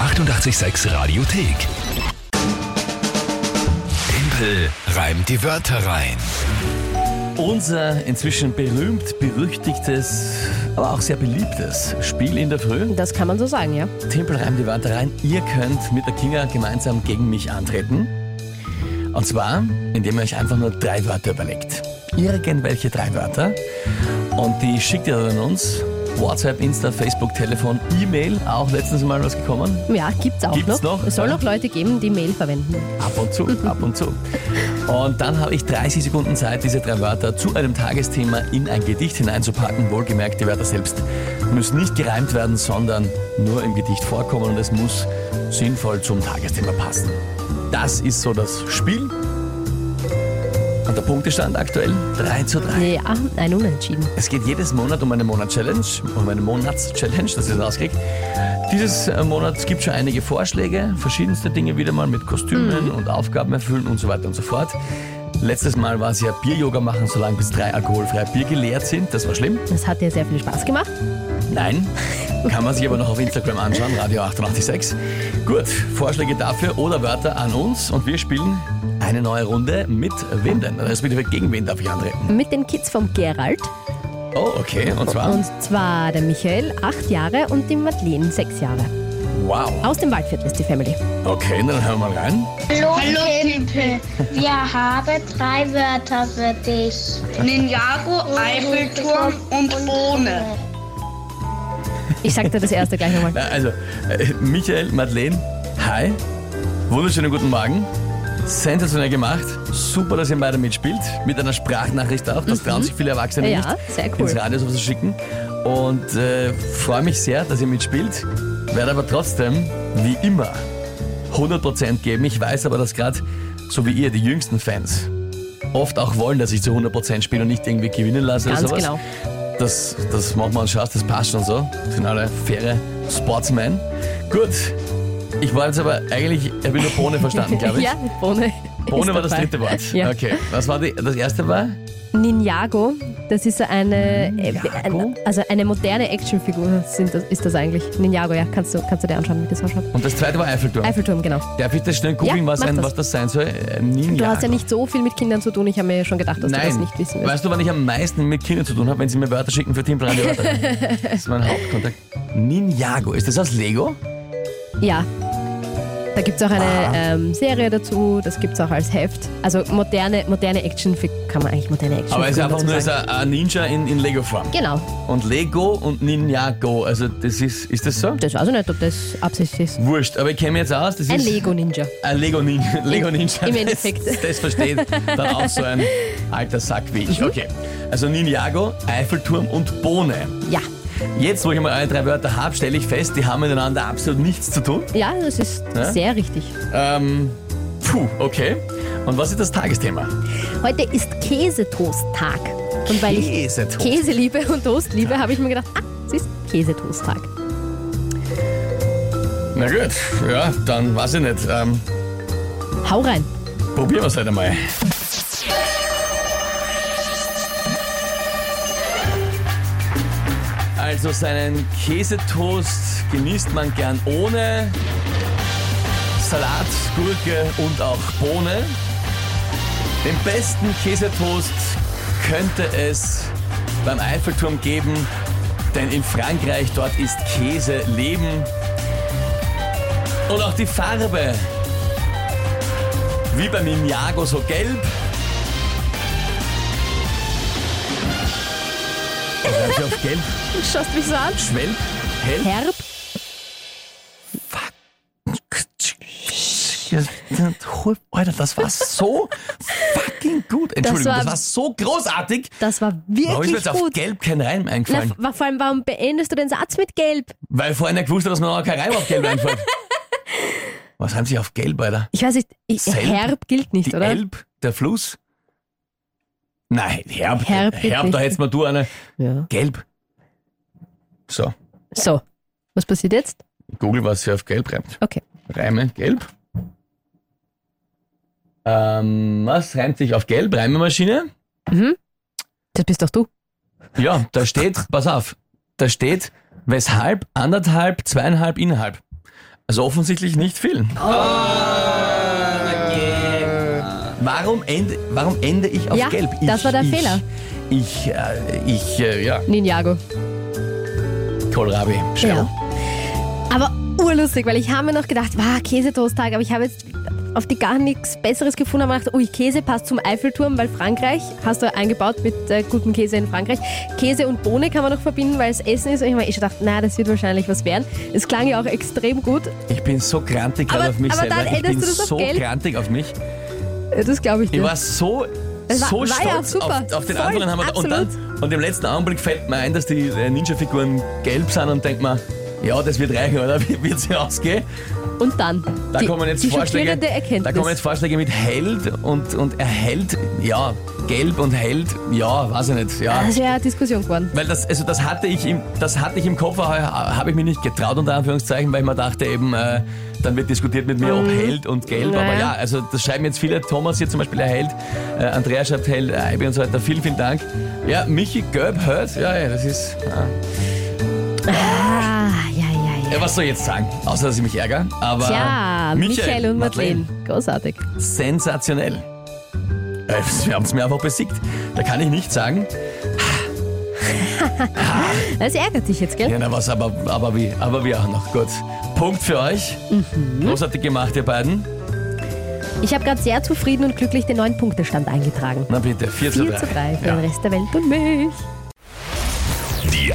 886 Radiothek. Tempel reimt die Wörter rein. Unser inzwischen berühmt, berüchtigtes, aber auch sehr beliebtes Spiel in der Früh. Das kann man so sagen, ja. Tempel reimt die Wörter rein. Ihr könnt mit der Kinga gemeinsam gegen mich antreten. Und zwar, indem ihr euch einfach nur drei Wörter überlegt. Irgendwelche drei Wörter. Und die schickt ihr dann an uns. WhatsApp, Insta, Facebook, Telefon, E-Mail. Auch letztens mal was gekommen. Ja, gibt's auch Gibt's noch. noch? Es soll Ja. noch Leute geben, die Mail verwenden. Ab und zu, ab und zu. Und dann habe ich 30 Sekunden Zeit, diese drei Wörter zu einem Tagesthema in ein Gedicht hineinzupacken. Wohlgemerkt, die Wörter selbst müssen nicht gereimt werden, sondern nur im Gedicht vorkommen und es muss sinnvoll zum Tagesthema passen. Das ist so das Spiel. Und der Punktestand aktuell 3 zu 3. Ja, ein Unentschieden. Es geht jedes Monat um eine Monat-Challenge, um eine Monats-Challenge, dass ich das auskriege. Dieses äh, Monat gibt schon einige Vorschläge, verschiedenste Dinge wieder mal mit Kostümen und Aufgaben erfüllen und so weiter und so fort. Letztes Mal war es ja Bier-Yoga machen, solange bis drei alkoholfreie Bier geleert sind. Das war schlimm. Das hat ja sehr viel Spaß gemacht. Nein. Kann man sich aber noch auf Instagram anschauen, Radio 886. Gut, Vorschläge dafür oder Wörter an uns und wir spielen eine neue Runde mit wem denn? Respektive gegen wen darf ich antreten? Mit den Kids vom Gerald. Oh, okay, und zwar? Und zwar der Michael, acht Jahre, und die Madeleine, sechs Jahre. Wow. Aus dem Waldviertel ist die Family. Okay, dann hören wir mal rein. Hallo, Tempel. Wir haben drei Wörter für dich. Ninjago, Eiffelturm und Bohne. Ich sag dir das erste gleich nochmal. Na, also, äh, Michael, Madeleine, hi. Wunderschönen guten Morgen. Sensationell gemacht. Super, dass ihr beide mitspielt. Mit einer Sprachnachricht auch. Das trauen sich viele Erwachsene Mhm. Ja, nicht. sehr cool. Ins Radio sowas zu schicken. Und äh, freue mich sehr, dass ihr mitspielt. Werde aber trotzdem, wie immer, 100% geben. Ich weiß aber, dass gerade, so wie ihr, die jüngsten Fans oft auch wollen, dass ich zu 100% spiele und nicht irgendwie gewinnen lasse Ganz oder sowas. genau. Das, das machen wir uns Schatz, das passt schon so. Sind alle faire Sportsmen. Gut. Ich war jetzt aber eigentlich, ich habe nur Bohne verstanden, glaube ich. Ja, Bohne. Bohne ist war das dabei. dritte Wort. Ja. Okay. Was war die, das erste war? Ninjago, das ist so eine, äh, Ninjago? ein, also eine moderne Actionfigur sind das, ist das eigentlich. Ninjago, ja, kannst du, kannst du dir anschauen, wie das ausschaut. Und das zweite war Eiffelturm. Eiffelturm, genau. Darf ich das schnell googeln, Ja, was, mach ein, das. was das sein soll? Äh, Ninjago. Du hast ja nicht so viel mit Kindern zu tun, ich habe mir schon gedacht, dass du Nein. das nicht wissen wirst. weißt du, wann ich am meisten mit Kindern zu tun habe, wenn sie mir Wörter schicken für Timpel Wörter? das ist mein Hauptkontakt. Ninjago. Ist das aus Lego? Ja. Da gibt es auch eine Ah. ähm, Serie dazu, das gibt es auch als Heft. Also moderne, moderne Action, kann man eigentlich moderne Action Aber es ist einfach nur so sagen. ein ein Ninja in, in Lego-Form. Genau. Und Lego und Ninjago. Also das ist, ist das so? Das weiß ich nicht, ob das absichtlich ist. Wurscht, aber ich kenne mich jetzt aus. Das Ein ist Lego-Ninja. Ein Lego Ninja. Lego Ninja. im Das- Endeffekt. Das versteht dann auch so ein alter Sack wie Mhm. ich. Okay. Also Ninjago, Eiffelturm und Bohne. Ja. Jetzt, wo ich mal alle drei Wörter habe, stelle ich fest, die haben miteinander absolut nichts zu tun. Ja, das ist Ja? sehr richtig. Ähm, puh, okay. Und was ist das Tagesthema? Heute ist Käsetoast-Tag. Und weil ich Käsetoast. Käse liebe und Toast liebe, habe ich mir gedacht, ah, es ist Käsetoast-Tag. Na gut, ja, dann weiß ich nicht. Ähm, Hau rein. probieren wir es halt einmal. Also seinen Käsetoast genießt man gern ohne Salat, Gurke und auch Bohne. Den besten Käsetoast könnte es beim Eiffelturm geben, denn in Frankreich dort ist Käse Leben. Und auch die Farbe, wie beim Ninjago so gelb. Was heißt auf gelb? Schaust mich so an. Schwelb? Hell? Herb. Alter, das war so fucking gut. Entschuldigung, war- das war, so großartig. Das war Warum ist mir wirklich jetzt auf gut. Gelb kein Reim Na, eingefallen? wa- vor allem, warum beendest du den Satz mit Gelb? Weil vorher nicht gewusst hat, dass mir noch kein Reim auf Gelb einfällt. Was haben Sie auf Gelb, Alter? Ich weiß nicht, ich, Selb? Herb gilt nicht, Die oder? Elb, der Fluss? Nein, Herb. Herb geht Herb nicht. da hättest mal du eine. Ja. Gelb. So, So, was passiert jetzt? Google, was hier auf Gelb reimt. Okay. Reime, Gelb. Ähm, was reimt sich auf Gelb? Reimemaschine? Mhm. Das bist doch du. Ja, da steht, pass auf, da steht, weshalb, anderthalb, zweieinhalb, innerhalb. Also offensichtlich nicht viel. Oh, Warum ende, warum ende ich auf Ja, Gelb? Ich, das war der ich, Fehler. Ich, äh, ich, äh, ja, Ninjago. Kohlrabi. Ja. Aber urlustig, weil ich habe mir noch gedacht, wow, Käsetoasttag, aber ich habe jetzt auf die gar nichts Besseres gefunden, habe mir gedacht, ui, Käse passt zum Eiffelturm, weil Frankreich, hast du eingebaut mit äh, gutem Käse in Frankreich. Käse und Bohne kann man noch verbinden, weil es Essen ist. Und ich habe mir eh schon gedacht, na, das wird wahrscheinlich was werden. Es klang ja auch extrem gut. Ich bin so grantig gerade Aber- auf mich aber selber. dann ich bin änderst du das auf so Gelb? grantig auf mich. Äh, Das glaube ich Ich dir. war so, Es war- so war ja stolz super. auf, auf den Voll, anderen. Haben wir, und, dann, und im letzten Augenblick fällt mir ein, dass die äh, Ninja-Figuren gelb sind und denkt man, ja, das wird reichen, oder? Wie wird sie ausgehen? Und dann, Da die, kommen jetzt die Vorschläge. schockierende Da Erkenntnis. kommen jetzt Vorschläge mit Held und, und erhält, ja, gelb und Held, ja, weiß ich nicht, ja. Ah, das wäre eine Diskussion geworden. Weil das, also das hatte ich im, das hatte ich im Kopf, aber habe ich mir nicht getraut, unter Anführungszeichen, weil ich mir dachte eben, äh, dann wird diskutiert mit Mhm. mir, ob Held und Gelb. Aber Naja. ja, also das schreiben jetzt viele. Thomas hier zum Beispiel erhält, äh, Andrea schreibt Held, äh, Ibi und so weiter. Vielen, vielen Dank. Ja, Michi, Gelb, Held, ja, ja, das ist. Ja. Ah, ja, ja, ja. Ja, was soll ich jetzt sagen? Außer, dass ich mich ärgere. Aber Tja, Michael, und Madeleine. Großartig. sensationell. Äh, Sie haben es mir einfach besiegt. Da kann ich nicht sagen. Das ärgert dich jetzt, gell? Ja, na was, aber, aber wie, aber wie auch noch. Gut. Punkt für euch. Mhm. Großartig gemacht, ihr beiden. Ich habe gerade sehr zufrieden und glücklich den neuen Punktestand eingetragen. Na bitte, 4 zu 4 3. zu 3 für Ja. den Rest der Welt und mich. Die